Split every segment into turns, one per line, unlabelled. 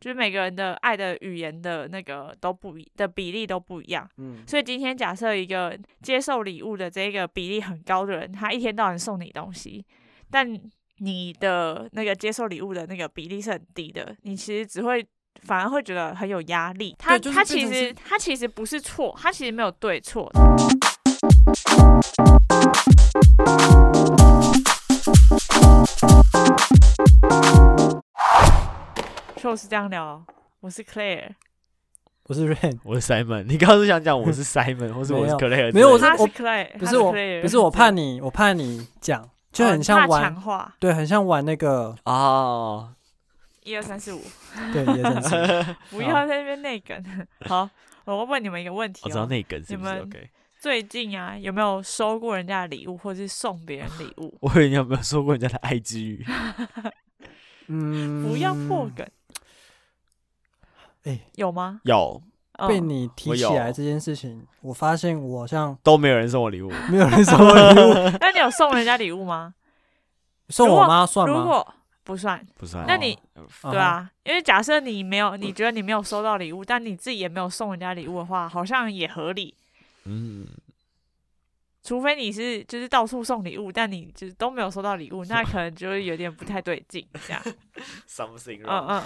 就是每个人的爱的语言的那个都不一的比例都不一样。
嗯，
所以今天假设一个接受礼物的这个比例很高的人，他一天到晚送你东西，但你的那个接受礼物的那个比例是很低的，你其实只会反而会觉得很有压力。他、
就是
他
变
其
成
实
是
他其实不是错，他其实没有对错。就是这样聊，我是 Claire，
我是 Rain，
哎
我是 Simon，你刚刚是想讲我 是 Simon，或是我是
没
Claire？
没有我是
他是
我
Claire，
不
他
是我
Claire，，
不是我怕你，我怕你讲，就很像
哦
玩
你怕，强化，
对，很像玩 那个，
哦，
一二三四五，
对，也真 是
不要在那边内梗。 好，我问你们一个问题、
我知道
哦，
那梗是
你
不是
们
？OK，
最近啊有没有收过人家的礼物，或是送别人礼物？
我以为你有没有说过人家的爱之语？
嗯，
不要破梗，
哎
有吗？
有，
嗯
被你提
我
起
有
来这件事情，我发现我好像
都没有人送我礼物。
没有人 送我礼物，
那你有送人家礼物吗？
送
如果
我妈 算
如
吗？
果不算，
不算。
那你
哦
对
哈，
啊，因为假设你没有，你觉得你没有收到礼物，但你自己也没有送人家礼物的话，好像也合理。
嗯，
除非你是就是到处送礼物，但你就是都没有收到礼物，那可能就会有点不太对劲，这样。
，something
嗯嗯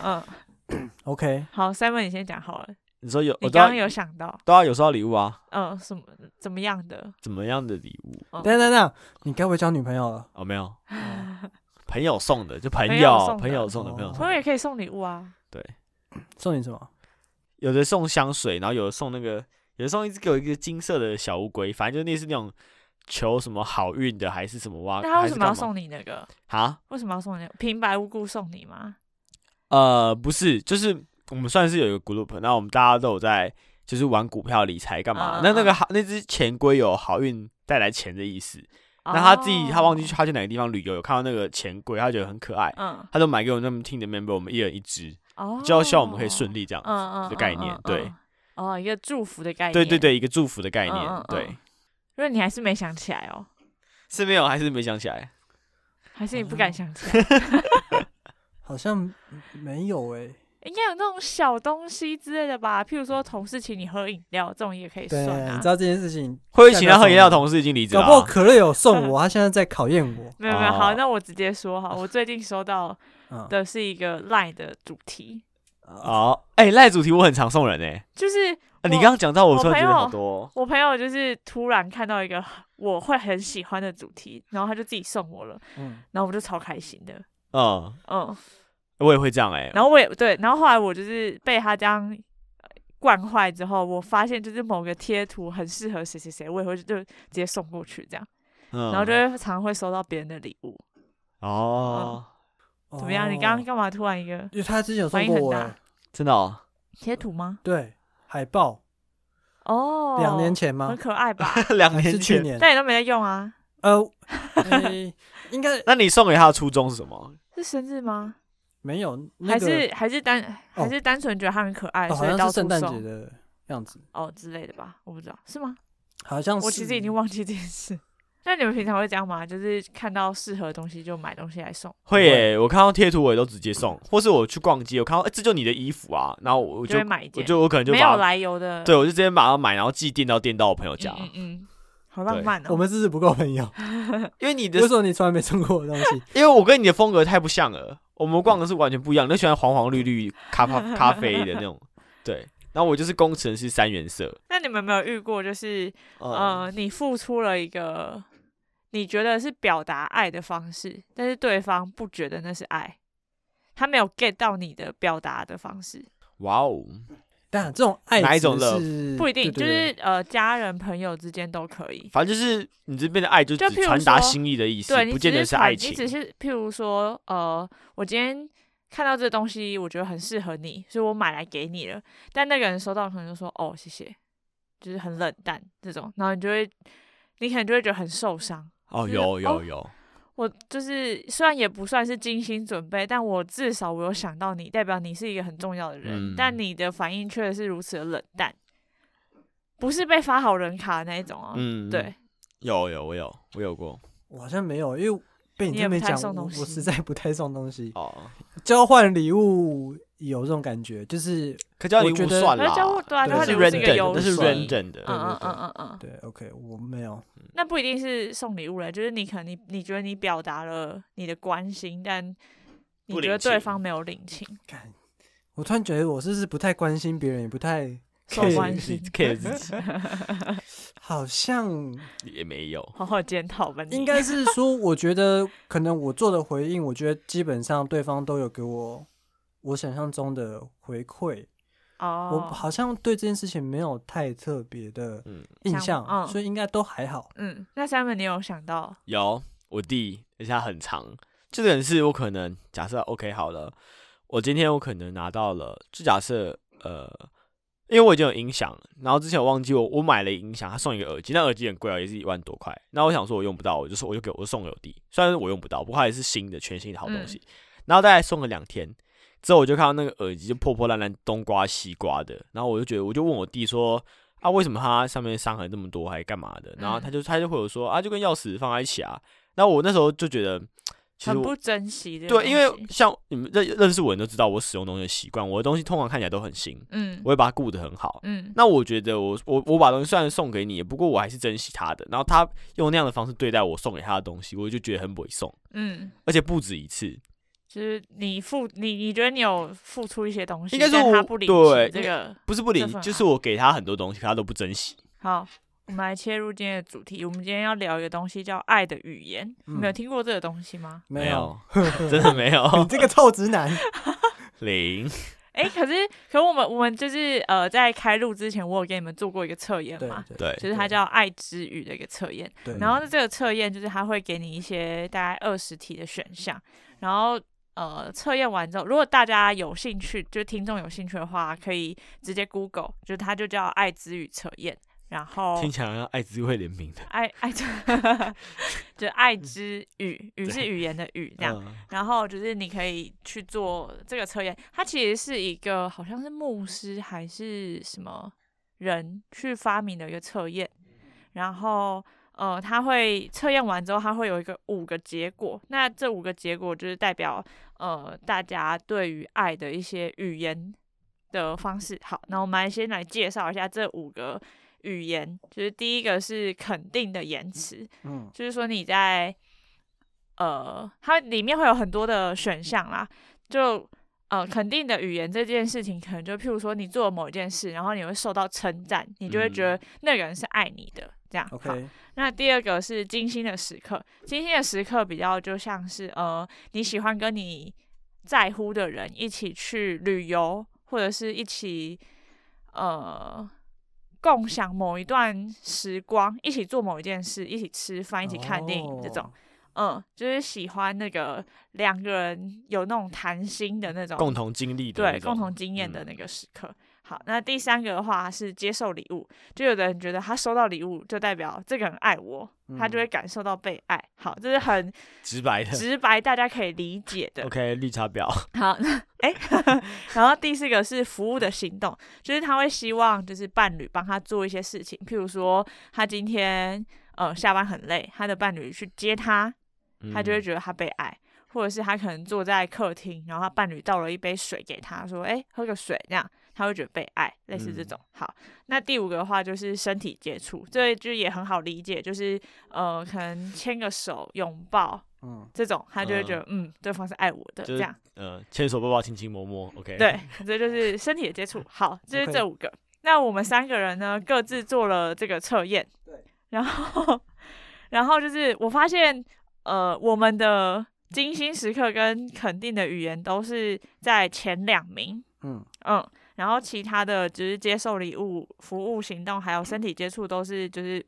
嗯，
，OK，
好，Simon 你先讲好了。
你说有，
你
我
刚
当
刚
然
有想到，
对啊，有收到礼物啊，
嗯，什么怎么样的？
怎么样的礼物？
嗯
等等等等，你该不会交女朋友了？
哦，没有， 朋友送的，就朋
朋友
友
送，
朋
的
友送的，朋友
哦
送
朋友
的。
也可以送礼物啊。
送你什么？
有的送香水，然后有的送那个，有的送一只给我一个金色的小乌龟，反正就类似那种求什么好运的，还是什么哇？
那他
啊还
为
是
什么要
干嘛
送你那个？
啊？
为什么要送你那个？平白无故送你吗？
呃，不是，就是我们算是有一个 group，那我们大家都有在就是玩股票理财干嘛？
嗯
那那
嗯
个好那只钱龟有好运带来钱的意思。那他自己他忘记去
哦。
他去哪个地方旅游，有看到那个钱龟，他觉得很可爱，
嗯，
他就买给我那么 team 的 member，我们一人一只，
哦，
就要希望我们可以顺利这样子。
嗯，嗯嗯
的概念
嗯
对
嗯哦，一个祝福的概念。
对对，对，一个祝福的概
嗯
念，
嗯嗯
对，
因为你还是没想起来哦，
是没有还是没想起来？
还是你不敢想起
哦
来？
好像没有哎诶，
应该有那种小东西之类的吧，譬如说同事请你喝饮料，这种也可以
对，
算啊
你知。道这件事情，
会请他喝饮料的
干嘛
同事已经离职了
搞不好
啊，
可乐有 送我，他现在在考验我。
没有没有，好，
哦
那我直接说哈，我最近收到
嗯，
的是一个 LINE 的主题，
啊，
哦，哎，赖主题我很常送人哎，
就是
啊你
我
刚刚讲到我
我
突然
朋
觉得好
友
多哦，
我朋友就是突然看到一个我会很喜欢的主题，然后他就自己送我了，
嗯，
然后我就超开心的，
嗯，
嗯，
我也会这样哎，
然后我也对，然后后来我就是被他这样呃惯坏之后，我发现就是某个贴图很适合谁谁谁，我也会就直接送过去这样，
嗯
然后就会常常会收到别人的礼物，
哦，
怎么样？你
哦
刚刚干嘛突然一个
因为他之前有送
反应
过
很
我
大
欸，？
真的哦，
贴图吗？
对，海报
哦，
两年前
很
吗？
可爱 吧？
两
还是
年
去
前。
年？
但你都没在用啊？
呃，诶应该
那你送给他的初衷是什么？
是生日吗？
没有，那
还
个
是还是单
哦
还是单纯觉得他很可爱，
哦好
所以
像
到
是圣
处
诞节
送
的样子，
哦之类的吧？我不知道是吗？
好像哦是。
我其实已经忘记这件事。 那你们平常会这样吗？就是看到适合的东西就买东西来送，
会
不会
耶、我看到贴图我也都直接送，或是我去逛街，我看到、欸、这就你的衣服啊，然后我我
就
就
会买一
我
件，
就我可能就
没有
把它，
来由的。
对我就直接把它买，然后寄电到电到我朋友家
嗯，嗯嗯，好浪漫哦。
我们是不是不够朋友？
因为你的
为什么你从来没送过我 东西？
因为我跟你的风格太不像了，我们逛的是完全不一样，你都喜欢黄黄绿绿 咖咖咖啡的那种，对，然后我就是工程师三原色，
那你们有没有遇过，就是
嗯，
呃，你付出了一个你觉得是表达爱的方式，但是对方不觉得那是爱，他没有 get 到你的表达的方式，
哇哦，
但这种爱
哪一
指
种
的
love？
是
不一定，
嗯对对对
就是呃，家人朋友之间都可以。
反正就是你这边的爱就
就
只
譬如
传达
说
心意的意思
对，你
不
只
见得
是
是
传
爱
你只
情，
是譬如说，呃，我今天看到这东西，我觉得很适合你，所以我买来给你了。但那个人收到可能就说：“哦，谢谢。”就是很冷淡这种，然后你就会，你可能就会觉得很受伤。
哦，
是
有
哦
有有，
我就是虽然也不算是精心准备，但我至少我有想到你，代表你是一个很重要的人，
嗯
但你的反应却是如此的冷淡，不是被发好人卡的那一种哦。
嗯，
对，
有有我有我有过
我好像没有，因为被
你
你
也
这么一
不太
讲，
送
我
东
我
西
实在不太送东西。
哦，
交换礼物有这种感觉，就是
可交换礼
我觉
物
得
算
可是交
啦
换，对啊，
对
交
那
换
是
礼物一
random，
个
的
游
那
戏，
游
是
戏
random 的。
对
嗯嗯
对
嗯嗯嗯，
对，OK，我没有，
那不一定是送礼物了，就是你可能你你觉得你表达了你的关心，但你
不
觉
领
得对
情嗯
方没有领情，
看，我突然觉得我是不是不太关心别人，也不太
受
可以
关
自
心
己，care 自 己
好像
也没有，
好好检讨吧你。
应该是说，我觉得可能我做的回应，我觉得基本上对方都有给我我想象中的回馈。我
哦，
好像对这件事情没有太特别的
嗯
印
想
象，
嗯
所以应该都还好。
嗯，那 Simon 你有想到
有我弟，而且他很长。这点是我可能假设 OK 好了，我今天我可能拿到了，就假设呃，因为我已经有音响了，然后之前我忘记我我买了音响，他送一个耳机，那耳机很贵啊，也是一万多块。那我想说我用不到，我就说我就给我就送给我弟，虽然我用不到，不过它也是新的全新的好东
嗯
西。然后大概送了两天之后，我就看到那个耳机就破破烂烂，东刮西刮的，然后我就觉得我就问我弟说。啊，为什么它上面伤痕这么多，还干嘛的？
嗯
然后他就他就会有说啊，就跟钥匙放在一起啊。那我那时候就觉得，其实
很
我
不珍惜的？
对，因为像你们认认识我的人都知道，我使用东西的习惯，我的东西通常看起来都很新，
嗯
我会把它顾得很好。
嗯
那我觉得我我我把东西虽然送给你，不过我还是珍惜它的。然后他用那样的方式对待我送给他的东西，我就觉得很委送，
嗯，
而且不止一次。
就是你付你你觉得你有付出一些东西，
应该说
但他
我
不理
对
这个
不是不理
这，份
就
爱
是我给他很多东西，他都不珍惜。
好。我们来切入今天的主题，我们今天要聊一个东西叫爱的语言。你们有
嗯
听过这个东西吗？
没有，，
真的没有
你这个臭直 男，
零。
哎、可是可我们我们就是呃，在开录之前，我有给你们做过一个测验
对
嘛，
对，嗯
就是它
对
叫爱之语的一个测验。
对，
然后呢，这个测验就是它会给你一些大概二十题的选项，然后呃，测验完之后，如果大家有兴趣，就是听众有兴趣的话，可以直接 Google，就是它就叫爱之语测验，然后
听起来好像爱滋会联名的。
爱爱之 就是爱之语，语是
对
语言的语这样。
嗯
然后就是你可以去做这个测验，它其实是一个好像是牧师还是什么人去发明的一个测验，然后呃，它会测验完之后，它会有一个五个结果，那这五个结果就是代表呃大家对于爱的一些语言的方式。好，那我们来先来介绍一下这五个语言，就是第一个是肯定的言辞，
嗯，
就是说你在呃，它里面会有很多的选项啦，就
嗯
呃肯定的语言这件事情，可能就譬如说你做某一件事，然后你会受到称赞，你就会觉得那个人是爱你的。这样好
嗯 OK，
那第二个是精心的时刻，精心的时刻比较就像是呃，你喜欢跟你在乎的人一起去旅游，或者是一起呃共享某一段时光，一起做某一件事，一起吃饭，一起看电影这种。
哦
嗯，就是喜欢那个两个人有那种谈心的那种
共同经历的那
对
种
共同经验的
嗯
那个时刻。好，那第三个的话是接受礼物，就有的人觉得他收到礼物就代表这个人爱我，他就会感受到被爱。好，这是很
直白的。
直白，大家可以理解的。
OK，绿茶婊，
好，那哎， 然后第四个是服务的行动，就是他会希望就是伴侣帮他做一些事情，譬如说他今天呃下班很累，他的伴侣去接他，
嗯
他就会觉得他被爱，或者是他可能坐在客厅，然后他伴侣倒了一杯水给他，说：“哎、喝个水。”这样他会觉得被爱，类似这种。好，那第五个的话就是身体接触，这就也很好理解，就是呃，可能牵个手、拥抱
嗯，
这种，他就会觉得嗯对方是爱我的、
就是
这样。
嗯，呃牵手、抱抱、亲亲、摸摸。OK，，
对，这就是身体的接触。好，这是
OK
这五个。那我们三个人呢，各自做了这个测验。
对。
然后，然后就是我发现，呃，我们的精心时刻跟肯定的语言都是在前两名。
嗯
嗯，然后其他的只是接受礼物、服务行动还有身体接触都是就是，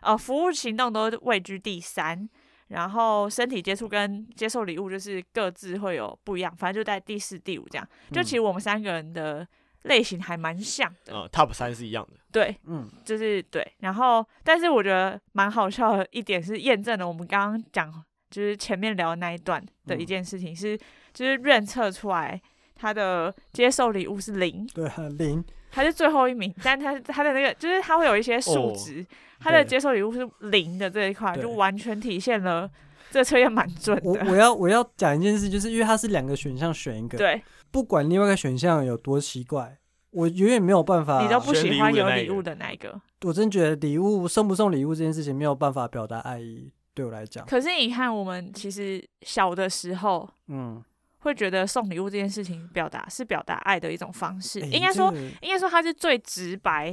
呃，服务行动都是位居第三，然后身体接触跟接受礼物就是各自会有不一样，反正就在第四、第五这样。就
嗯
其实我们三个人的类型还蛮像的，
嗯，Top 三是一样的。
对，
嗯，
就是对。然后，但是我觉得蛮好笑的一点是验证了我们刚刚讲，就是前面聊的那一段的一
嗯
件事情是，就是认测出来他的接受礼物是零。
对，很 零，
他是最后一名，但他他的那个就是他会有一些数
哦
值，他的
对
接受礼物是零的这一块，
对
就完全体现了这个测验蛮准
我
的。
我要我要讲一件事，就是因为它是两个选项选一个，
对，
不管另外一个选项有多奇怪，我永远没有办法。
你都不
选
喜
礼
欢
物的
有
那一
礼
个
物的那一个。
我真觉得礼物送不送礼物这件事情没有办法表达爱意，对我来讲，
可是你看，我们其实小的时候
嗯，
会觉得送礼物这件事情表达是表达爱的一种方式，
哎
应该说，
你这个
应该说它是最直白、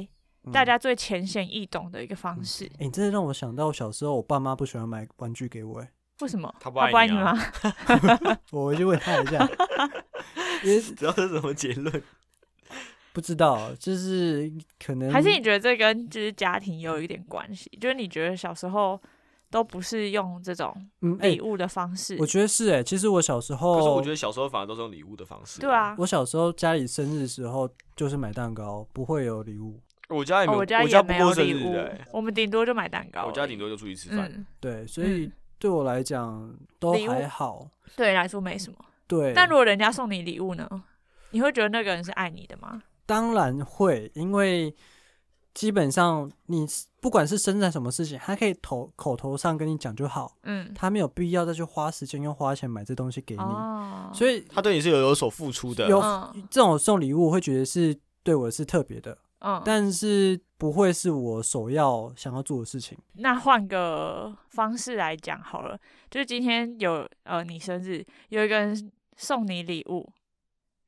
大
嗯
家最浅显易懂的一个方式。
哎、你真的让我想到小时候，我爸妈不喜欢买玩具给我、欸，
为什么？
他不
他
爱
不爱
你
你
啊
吗？
我回去问他 一下，因 为
知道是什么结论？
不知道，就是可能
还是你觉得这跟就是家庭有一点关系？就是你觉得小时候都不是用这种
嗯，哎、
礼物的方式，
我觉得是哎、其实我小时候，
可是我觉得小时候反而都是用礼物的方式。
对，啊，
我小时候家里生日的时候就是买蛋糕，不会有礼物，
我家也没
哦
有，
我家也
家不
没有
过生
礼
日
物
的欸，，
我们顶多就买蛋糕而已。
我家顶多就出去吃饭。
嗯，
对，所以
嗯
对我来讲都
礼物
还好，
对你来说没什么。
对，
但如果人家送你礼物呢，你会觉得那个人是爱你的吗？
当然会，因为基本上你不管是生产什么事情，他可以头口头上跟你讲就好，
嗯，
他没有必要再去花时间又花钱买这东西给你，
哦，以
所以
他对你是有有所付出的，
有
嗯
这种送礼物我会觉得是对我是特别的，
嗯，
但是不会是我首要想要做的事情。
那换个方式来讲好了，就是今天有呃你生日，有一个人送你礼物，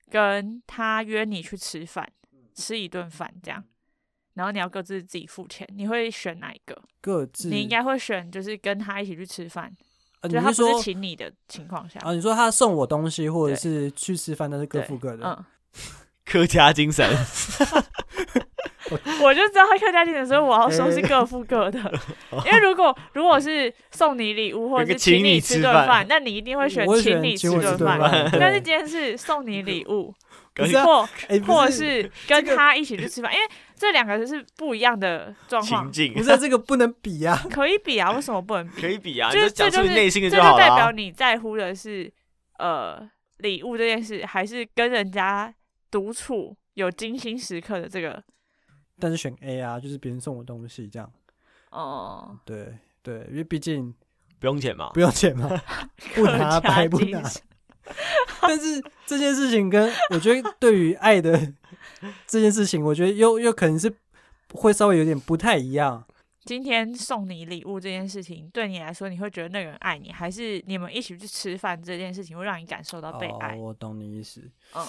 跟他约你去吃饭，吃一顿饭这样，然后你要各自自己付钱，你会选哪一个？
各自，
你应该会选就是跟他一起去吃饭，
啊、你
就是他
是
不
说
是请你的情况下，
啊？你说他送我东西，或者
对
是去吃饭，但是各
对
付各的。
嗯，
客家精神。
我就知道客家精神，所以我要说是各付各 的。
哦
因为如果如果是送你礼物或
有
者是
个
请
请你
吃
吃
顿
饭
饭，那你一定会选
我会
请
选
你吃
请我
顿
吃顿
饭。
饭。对
但是今天是送你礼物，
不 是啊
或
哎不
或
是
是跟
这个
他一起去吃饭，因为这两个是不一样的状
情
况，
境
不，是啊这个不能比啊！
可以比啊？为什么不能比？
可以比啊，
就
你
是
就讲
这
出
就
你
是
内心的
这
就好
就
了
代
啊
表。你在乎的是呃礼物这件事，还是跟人家独处有精心时刻的这个
但是选 A 啊，就是别人送我东西这样。
哦、
对对，因为毕竟
不用钱嘛
不，用 钱嘛，不
客
拿
家
白不
精
拿。
神
但是这件事情跟我觉得对于爱的这件事情，我觉得又又可能是会稍微有点不太一样。
今天送你礼物这件事情，对你来说，你会觉得那个人爱你，还是你们一起去吃饭这件事情会让你感受到被爱？
哦我懂你意思。
嗯，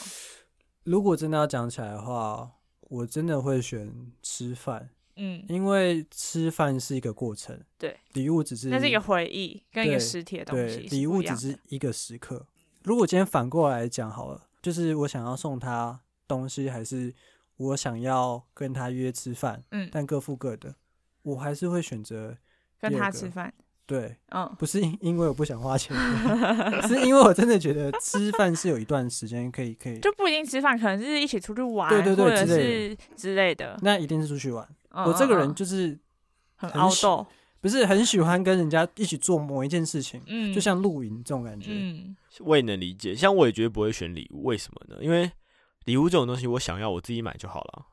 如果真的要讲起来的话，我真的会选吃饭，
嗯，
因为吃饭是一个过程，
对，
礼物只是
那是一个回忆跟一
对
个实体的东
对
西，
礼物只是一个时刻。如果今天反过来讲好了，就是我想要送他东西，还是我想要跟他约吃饭，
嗯
但各付各的，我还是会选择
跟
第二
他
个
吃饭，
对，
嗯
不是因因为我不想花 钱，是因为我真的觉得吃饭是有一段时间可以可以，
就不一定吃饭，可能是一起出去玩，
对对对
或者
之
是
类
之类的。
那一定是出去玩。
嗯
我这个
嗯
人
嗯
就是
很
很
凹
喜
斗，
不是很喜欢跟人家一起做某一件事情，
嗯，
就像露营这种感觉。
嗯
我也能理解。像我也绝对不会选礼物，为什么呢？因为礼物这种东西，我想要我自己买就好了。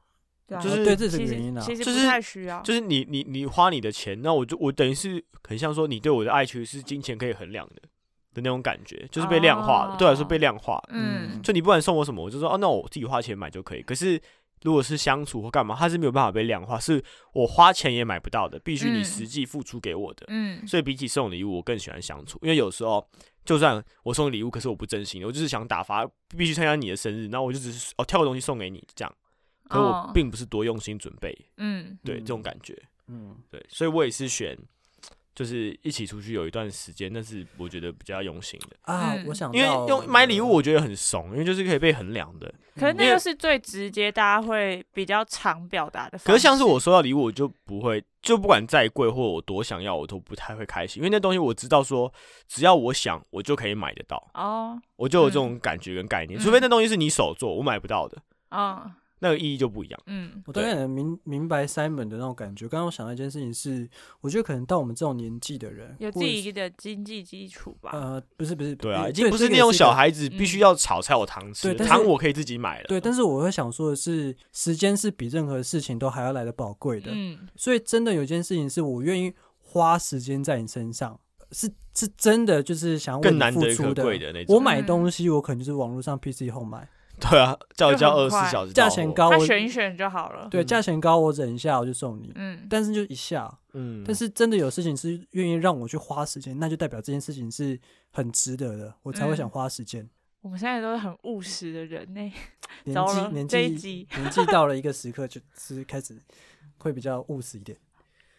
对啊，
就是
对这是
其
个
实
原因啊
其实
就
不
是
太需要，
就是你你你花你的钱，那我就我等于是很像说你对我的爱其实是金钱可以衡量的的那种感觉，就是被量化的，
哦
对我来说被量化的。
嗯
嗯
就你不管送我什么，我就说哦、那我自己花钱买就可以。可是如果是相处或干嘛，它是没有办法被量化，是我花钱也买不到的，必须你
嗯
实际付出给我的。
嗯，
所以比起送礼物，我更喜欢相处，因为有时候就算我送礼物，可是我不真心的，我就是想打发，必须参加你的生日，然后我就只是哦挑个东西送给你这样，可是我
哦
并不是多用心准备，
嗯
对
嗯
这种感觉，
嗯，
对，所以我也是选就是一起出去有一段时间，但是我觉得比较用心的，
啊，
嗯
我想
因
到
为用买礼
了
物我觉得很怂，因为就是可以被衡量的，
可是
嗯
那
因为
个是最直接，大家会比较常表达的方式。
可是像是我收到礼物，我就不会，就不管再贵或我多想要，我都不太会开心，因为那东西我知道说只要我想，我就可以买得到。
哦，
我就有这种感觉跟概念，
嗯
除非那东西是你手做，我买不到的，
嗯
那个意义就不一样。
嗯
我大概能明明白 Simon 的那种感觉。刚刚我想到一件事情是，我觉得可能到我们这种年纪的人，
有
或
自
者
己
是
的经济基础
嗯
吧。
呃，不是不是，
对啊，
呃
已经不
这个
是那
也
种
一
小
个嗯
孩子必须要炒才有糖吃
对，但是
糖我可以自己买了。
对，但是我会想说的是，时间是比任何事情都还要来的宝贵的。
嗯，
所以真的有一件事情是我愿意花时间在你身上，是是真的，就是想要为
更
你
难
付
得
出
可贵的那种。
嗯
我买东西，我可能就是网络上 PC 后买，
对啊，叫
就
叫
很
二十四
快
小时到
价
货，
钱高
他
我
选一选就好了。
对
嗯
价钱高我忍一下我就送你，
嗯，
但是就一下。
嗯，
但是真的有事情是愿意让我去花时间，那就代表这件事情是很值得的，我才会想
嗯
花时间。
我们现在都是很务实的人呢、
年
糟
纪
了
年
这一
纪
集
年纪到了一个时刻，就是开始会比较务实一点。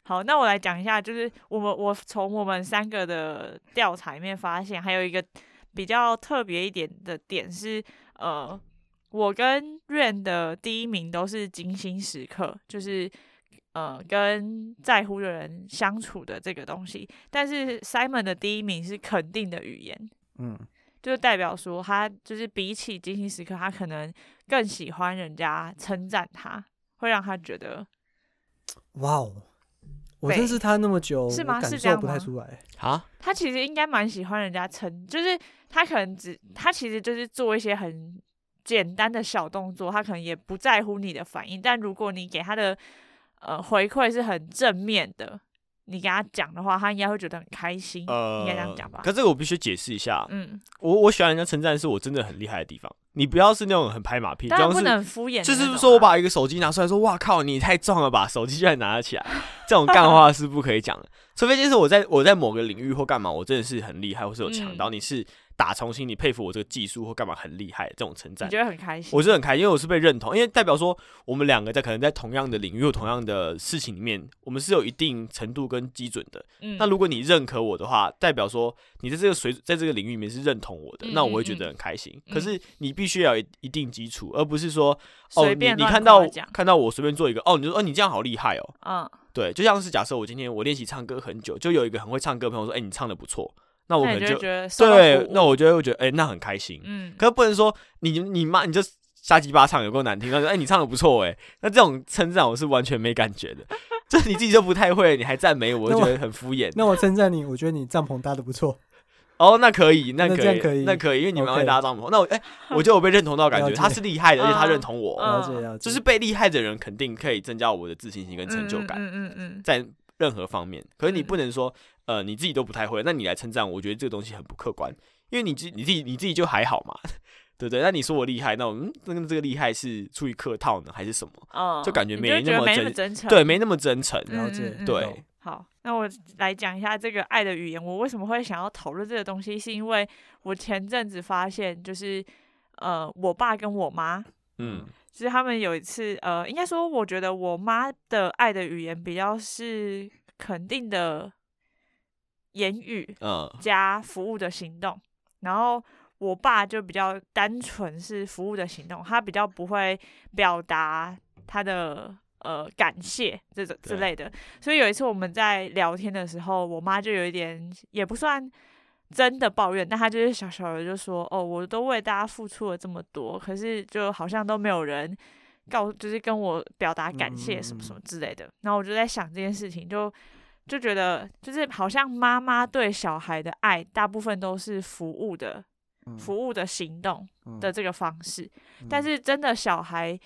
好，那我来讲一下，就是我们我从我们三个的调查里面发现，还有一个比较特别一点的点是，呃，我跟 Rain 的第一名都是精心时刻，就是呃跟在乎的人相处的这个东西，但是 Simon 的第一名是肯定的语言。
嗯，
就代表说，他就是比起精心时刻，他可能更喜欢人家称赞他，会让他觉得
哇哦，我
对
认识他那么久，
是
我
吗
感
是这样
受不太
吗
出来。
啊，
他其实应该蛮喜欢人家称，就是他可能只他其实就是做一些很简单的小动作，他可能也不在乎你的反应，但如果你给他的呃回馈是很正面的，你给他讲的话，他应该会觉得很开心，
呃，
应该这样讲吧
可？这个我必须解释一下，
嗯，
我我喜欢人家称赞是我真的很厉害的地方，你不要是那种很拍马屁，就
当然
像
不
是
能很敷衍的那
就
种啊，
是说我把一个手机拿出来说，哇靠，你也太壮了吧！手机居然拿得起来，这种干话是不可以讲的。除非就是我在我在某个领域或干嘛，我真的是很厉害，或是有强
嗯
到、你是打从心里佩服我这个技术或干嘛很厉害这种称赞
你，觉得很开心，
我是很开心，因为我是被认同，因为代表说我们两个在可能在同样的领域或同样的事情里面，我们是有一定程度跟基准的。
嗯
那如果你认可我的话，代表说你在这个水在这个领域里面是认同我的，
嗯
那
嗯
我会觉
嗯
得很开心。
嗯
可是你必须要有一一定基础，而不是说哦，
随
你
便
你
乱
看到
夸奖
看到我随便做一个，哦，你就说哦，你这样好厉害哦。
嗯，
对，就像是假设我今天我练习唱歌很久，就有一个很会唱歌的朋友说，哎、你唱的不错，那我
那
可
你
能
就会
就
觉得受到
对，
鼓舞
那我就会觉得，哎、那很开心。
嗯，
可是不能说你你妈你就瞎鸡巴唱有够难听，然 后说哎、你唱的不错哎，那这种称赞我是完全没感觉的， 这你自己就不太会，你还赞美我，我
那
就
我
觉得很敷衍。
那我称赞你，我觉得你帐篷搭的不错，
哦，那可以，那
那这
可
样
以，
可以
那可以，因为你们
OK
会搭帐篷。那我哎、我就有被认同到的感
了
觉，
解
他是厉害的，而且他认同
嗯
我，
了解了解，
就是被厉害的人肯定可以增加我的自信心跟成就感，
嗯嗯嗯嗯嗯
在任何方面。可是你
嗯
不能说，呃，你自己都不太会，那你来称赞我，我觉得这个东西很不客观，因为你自你自己你自己就还好嘛， 对不对？那你说我厉害，那我嗯，这个这个厉害是出于客套呢，还是什么？
嗯，
就感觉
你
没
就
那
觉得
么
没那
真
么真诚，
对，没那么真诚。
嗯
了解
嗯，
对
懂
好，那我来讲一下这个爱的语言。我为什么会想要讨论这个东西，是因为我前阵子发现，就是呃，我爸跟我妈，
嗯
就是他们有一次，呃，应该说，我觉得我妈的爱的语言比较是肯定的言语
嗯
加服务的行动，然后。我爸就比较单纯是服务的行动，他比较不会表达他的呃感谢这种之
对
类的。所以有一次我们在聊天的时候，我妈就有一点也不算真的抱怨，但她就是小小的就说：“哦，我都为大家付出了这么多，可是就好像都没有人告，就是跟我表达感谢什么什么之类的。然后我就在想这件事情，就就觉得就是好像妈妈对小孩的爱，大部分都是服务的
嗯
服务的行动的这个方式。
嗯
但是真的小孩，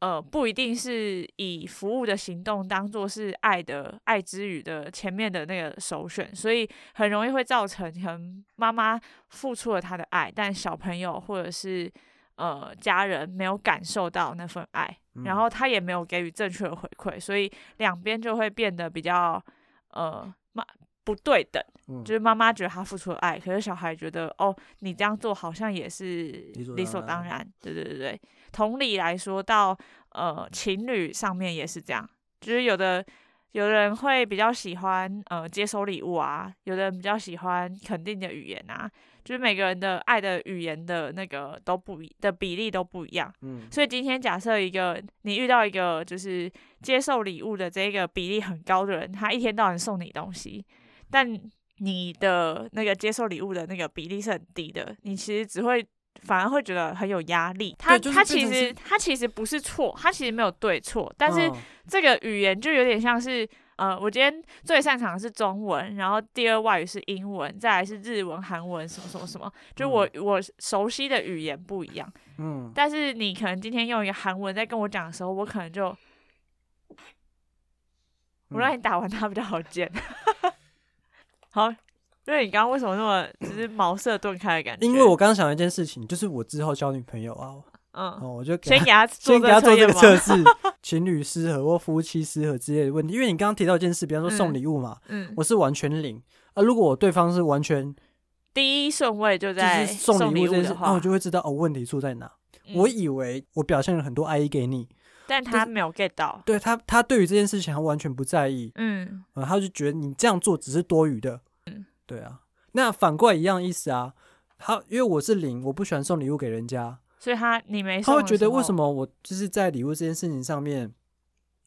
呃，不一定是以服务的行动当做是爱的爱之语的前面的那个首选，所以很容易会造成可能妈妈付出了她的爱，但小朋友或者是呃家人没有感受到那份爱，
嗯
然后他也没有给予正确的回馈，所以两边就会变得比较呃妈不对等。
嗯
就是妈妈觉得她付出了爱，可是小孩觉得哦，你这样做好像也是
理所
理所
当
当
然
然。对对对对，同理来说，到呃情侣上面也是这样，就是有的有的人会比较喜欢呃接收礼物啊，有的人比较喜欢肯定的语言啊，就是每个人的爱的语言的那个都不一的比例都不一样。
嗯
所以今天假设一个你遇到一个就是接受礼物的这个比例很高的人，他一天到晚送你东西，但你的那个接受礼物的那个比例是很低的，你其实只会反而会觉得很有压力。他、
就是
他
变
其
成
实
是
他其实不是错，他其实没有对错，但是
哦
这个语言就有点像是。呃，我今天最擅长的是中文，然后第二外语是英文，再来是日文、韩文，什么什么什么，就我、我熟悉的语言不一样。
嗯
但是你可能今天用一个韩文在跟我讲的时候，我可能就
嗯
我让你打完它比较好见。 好，因为你刚刚为什么那么就是茅塞顿开的感觉？
因为我刚刚想了一件事情，就是我之后交女朋友啊，
嗯，
哦，我就给
先
他
给他做
先给他
测
做这
验
个
吗？
测试， 情侣失和或夫妻失和之类的问题。因为你刚刚提到一件事，比方说送
嗯
礼物嘛，
嗯，
我是完全领啊。如果我对方是完全
第一顺位就
就
在
是送
礼
礼物这件事
的，
那
话，
我就会知道哦，问题出在哪。
嗯
我以为我表现了很多爱意给你，
但
就
他
是
没有 get 到，
对他，他对于这件事情他完全不在意，
嗯
呃，他就觉得你这样做只是多余的。
嗯，
对啊。那反过来一样意思啊。他因为我是零，我不喜欢送礼物给人家，
所以他你没
他
送
会
的
觉
时
得为
候
什？么我就是在礼物这件事情上面，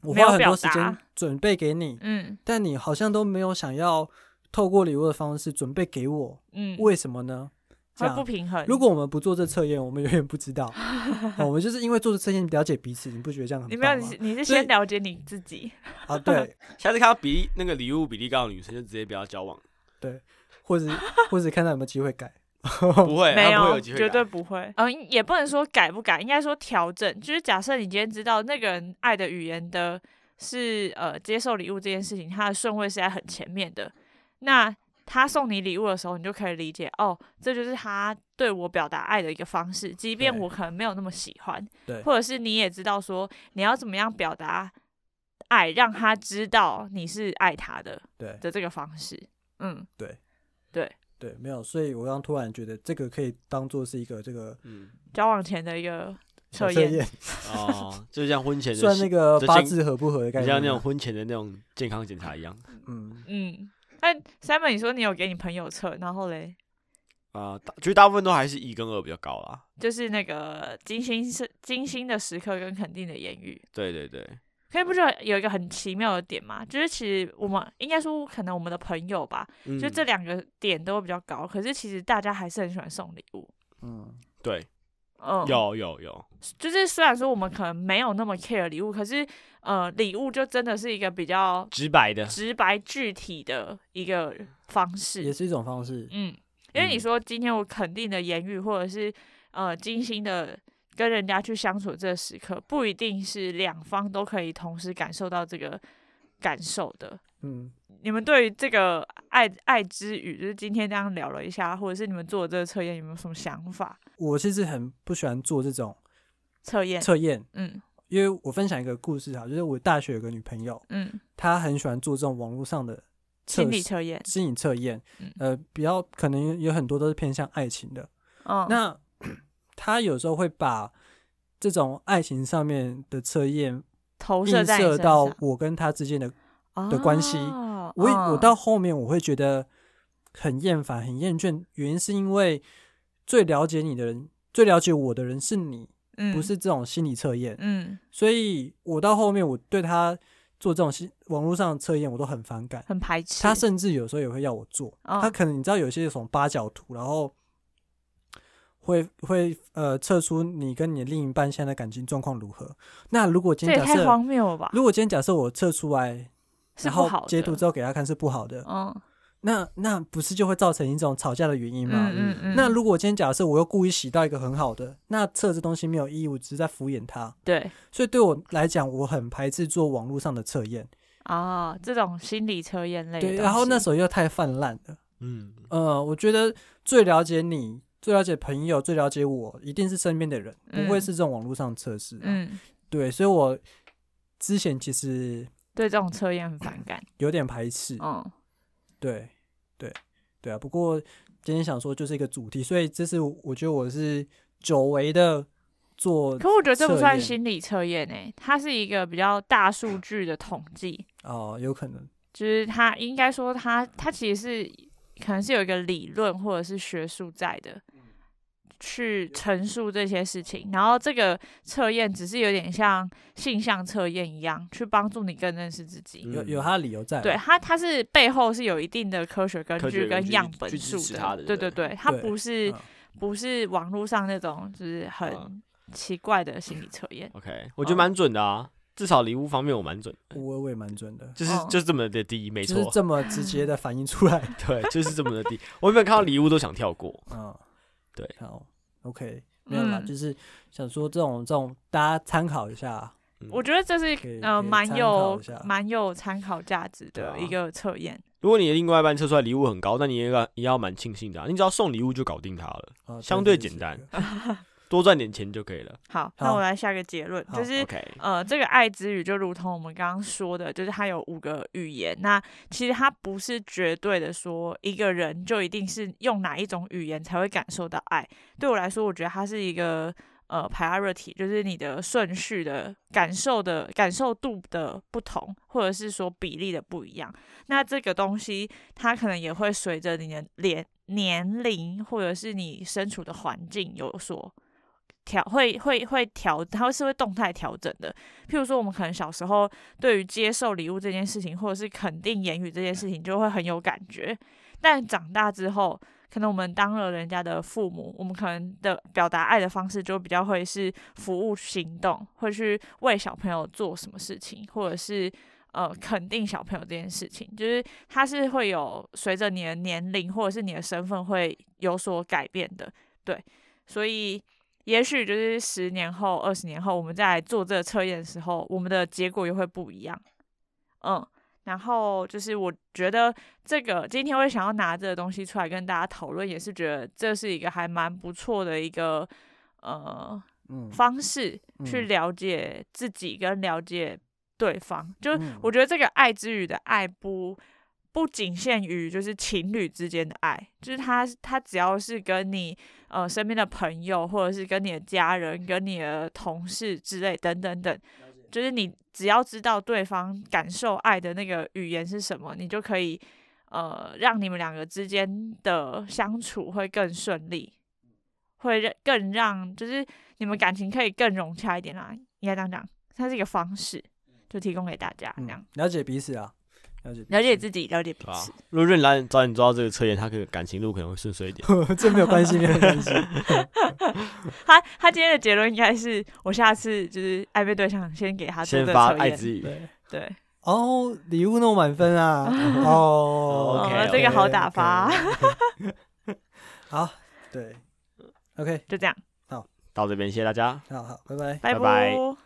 我
没有
花很
表
多时间
达
准备给你，
嗯
但你好像都没有想要透过礼物的方式准备给我，
嗯，
为什么呢？这
会不
样，
平衡。
如果我们不做这测验，我们永远不 知道。哦我们就是因为做这测验了解彼此，你不觉得这样
你
很
没有，
棒
你
吗
是？你是
所以
先了解你自己，
啊，对
下次看到比例那个礼物比例高的女生，就直接不要交往，
对，或者或者看到有没有机会改。
不会，
哦没
她不会
有，
有机会
绝
改。
对不会。嗯，也不能说改不改，应该说调整。就是假设你今天知道那个人爱的语言的是呃接受礼物这件事情，他的顺位是在很前面的，那他送你礼物的时候，你就可以理解哦，这就是他对我表达爱的一个方式，即便
对
我可能没有那么喜欢，
对
或者是你也知道说你要怎么样表达爱，让他知道你是爱他的
对
的这个方式。嗯，
对，没有，所以我刚突然觉得这个可以当做是一个这个
嗯，
交往前的一个
小
测
测
验。
验，
哦，就像婚前的
算那个
这
八
性
字合不合的概
你
念啊。
像那种婚前的那种健康检查一样
嗯，
嗯，但 Simon，你说你有给你朋友测，然后嘞，
啊，大觉得大部分都还是一跟二比较高啦。
就是那个精心是精心的时刻跟肯定的言语，
对对对，
可以不觉得有一个很奇妙的点嘛？就是其实我们应该说，可能我们的朋友吧，
嗯
就这两个点都会比较高，可是其实大家还是很喜欢送礼物。
嗯，
对
嗯，
有有有，
就是虽然说我们可能没有那么 care 礼物，可是呃，礼物就真的是一个比较
直白的，
直白具体的一个方式，
也是一种方式。
嗯，因为你
嗯
说今天我肯定的言语，或者是呃精心的跟人家去相处这个时刻，不一定是两方都可以同时感受到这个感受的。
嗯，
你们对于这个爱爱之语，就是今天这样聊了一下，或者是你们做的这个测验有没有什么想法？
我其实很不喜欢做这种
测验，
测验，
嗯
因为我分享一个故事哈，就是我大学有个女朋友，
嗯，
她很喜欢做这种网络上的测
心理
试
测验，
心理测验
嗯，
呃，比较可能有很多都是偏向爱情的。
嗯，
那她有时候会把这种爱情上面的测验
投射
映
在你身
射到
上嗯
我跟她之间的，
啊
的关系我也我到后面我会觉得很厌烦、很厌倦，原因是因为最了解你的人、最了解我的人是你，不，是这种心理测验。
嗯嗯，
所以我到后面我对他做这种心网络上的测验我都很反感，
很排斥，
他甚至有时候也会要我做，
哦
他可能你知道有些什么八角图，然后会会呃测出你跟你的另一半现在的感情状况如何。那如果今
这
天
也
假
太
设，
荒谬了吧？
如果今天假设我测出来，
是
然
不
后
好
截
的，
图之后给他看是不好的，
嗯
那那不是就会造成一种吵架的原因
嗯
吗？
嗯嗯，
那如果今天假设我又故意洗到一个很好的，那测这东西没有意义，我只是在敷衍他。
对，
所以对我来讲，我很排斥做网络上的测验。
啊，这种心理测验类的东
对，
西。
然后那时候又太泛滥了。
嗯，
呃，我觉得最了解你、最了解朋友、最了解我，一定是身边的人，
嗯
不会是这种网络上测试、嗯，
嗯，
对，所以我之前其实
对这种测验很反感。
有点排斥。
嗯，
对，对，对啊。不过今天想说就是一个主题，所以这是我觉得我是久违的做
可我觉得这不
测
算
验
心理测验诶，它是一个比较大数据的统计，
哦、有可能
就是它应该说它它其实是可能是有一个理论或者是学术在的。去陈述这些事情，然后这个测验只是有点像性向测验一样，去帮助你更认识自己。
有
嗯
有他的理由在。
对，啊它，它是背后是有一定的科学根
科
据
学根
跟
据
样
去
本
支
数
持它的
对对
对不
对，它
对
不是、
嗯
不是网络上那种就是很
嗯
奇怪的心理测验。
，OK，我觉得蛮准的啊，至少礼物方面我蛮准的，
我我也蛮准的，
就是
哦
就是这么的低，没
就是
错，
这么直接的反映出 来。
对，就是这么的低。我原本看到礼物都想跳过，
嗯，
对，
好，OK，没有啦，
嗯
就是想说这种这种大家参考一下，
嗯
我觉得这
可
是
以
呃
可以
蛮
参
有
考一下
蛮有参考价值
对
的
啊
一个测验。
如果你的另外一半测出来礼物很高，那你也要也要蛮庆幸的啊、你只要送礼物就搞定他了。
呃
相对简单。
这是一个
多赚点钱就可以了。
好，那
好
我来下个结论，
好
就是。
OK，
呃，这个爱之语就如同我们刚刚说的，就是它有五个语言。那其实它不是绝对的说一个人就一定是用哪一种语言才会感受到爱。对我来说，我觉得它是一个呃 priority，就是你的顺序的感受的感受度的不同，或者是说比例的不一样。那这个东西它可能也会随着你的年年龄或者是你身处的环境有所调，会会会调，它是会动态调整的。譬如说，我们可能小时候对于接受礼物这件事情，或者是肯定言语这件事情，就会很有感觉。但长大之后，可能我们当了人家的父母，我们可能的表达爱的方式就比较会是服务行动，会去为小朋友做什么事情，或者是呃肯定小朋友这件事情，就是它是会有随着你的年龄或者是你的身份会有所改变的，对，所以。也许就是十年后、二十年后，我们再来做这个测验的时候，我们的结果又会不一样。嗯，然后就是我觉得这个今天会想要拿这个东西出来跟大家讨论，也是觉得这是一个还蛮不错的一个呃
嗯，
方式去
嗯
了解自己跟了解对方。就
嗯
我觉得这个爱之语的爱不不仅限于就是情侣之间的爱，就是他他只要是跟你呃身边的朋友或者是跟你的家人、跟你的同事之类等等等，就是你只要知道对方感受爱的那个语言是什么，你就可以。呃，让你们两个之间的相处会更顺利，会让更让就是你们感情可以更融洽一点啦，应该这样讲，它是一个方式，就提供给大家这样
嗯，了解彼此啊，了解彼
了解
此
自己，了解彼
对吧
此。？
如果认来早点抓到这个测验，他可能感情路可能会顺遂一点。
这没有关系，没 有关系。
他他今天的结论应该是，我下次就是暧昧对象先给他做
先
啊这个
发
测
爱
验，
之语，
对，
对，
哦，礼物弄满分啊！ 哦
OK，
哦这个好打发，
好，对，OK，
就这样，
到这边谢谢大家。
好好，拜拜。
拜
拜拜
拜。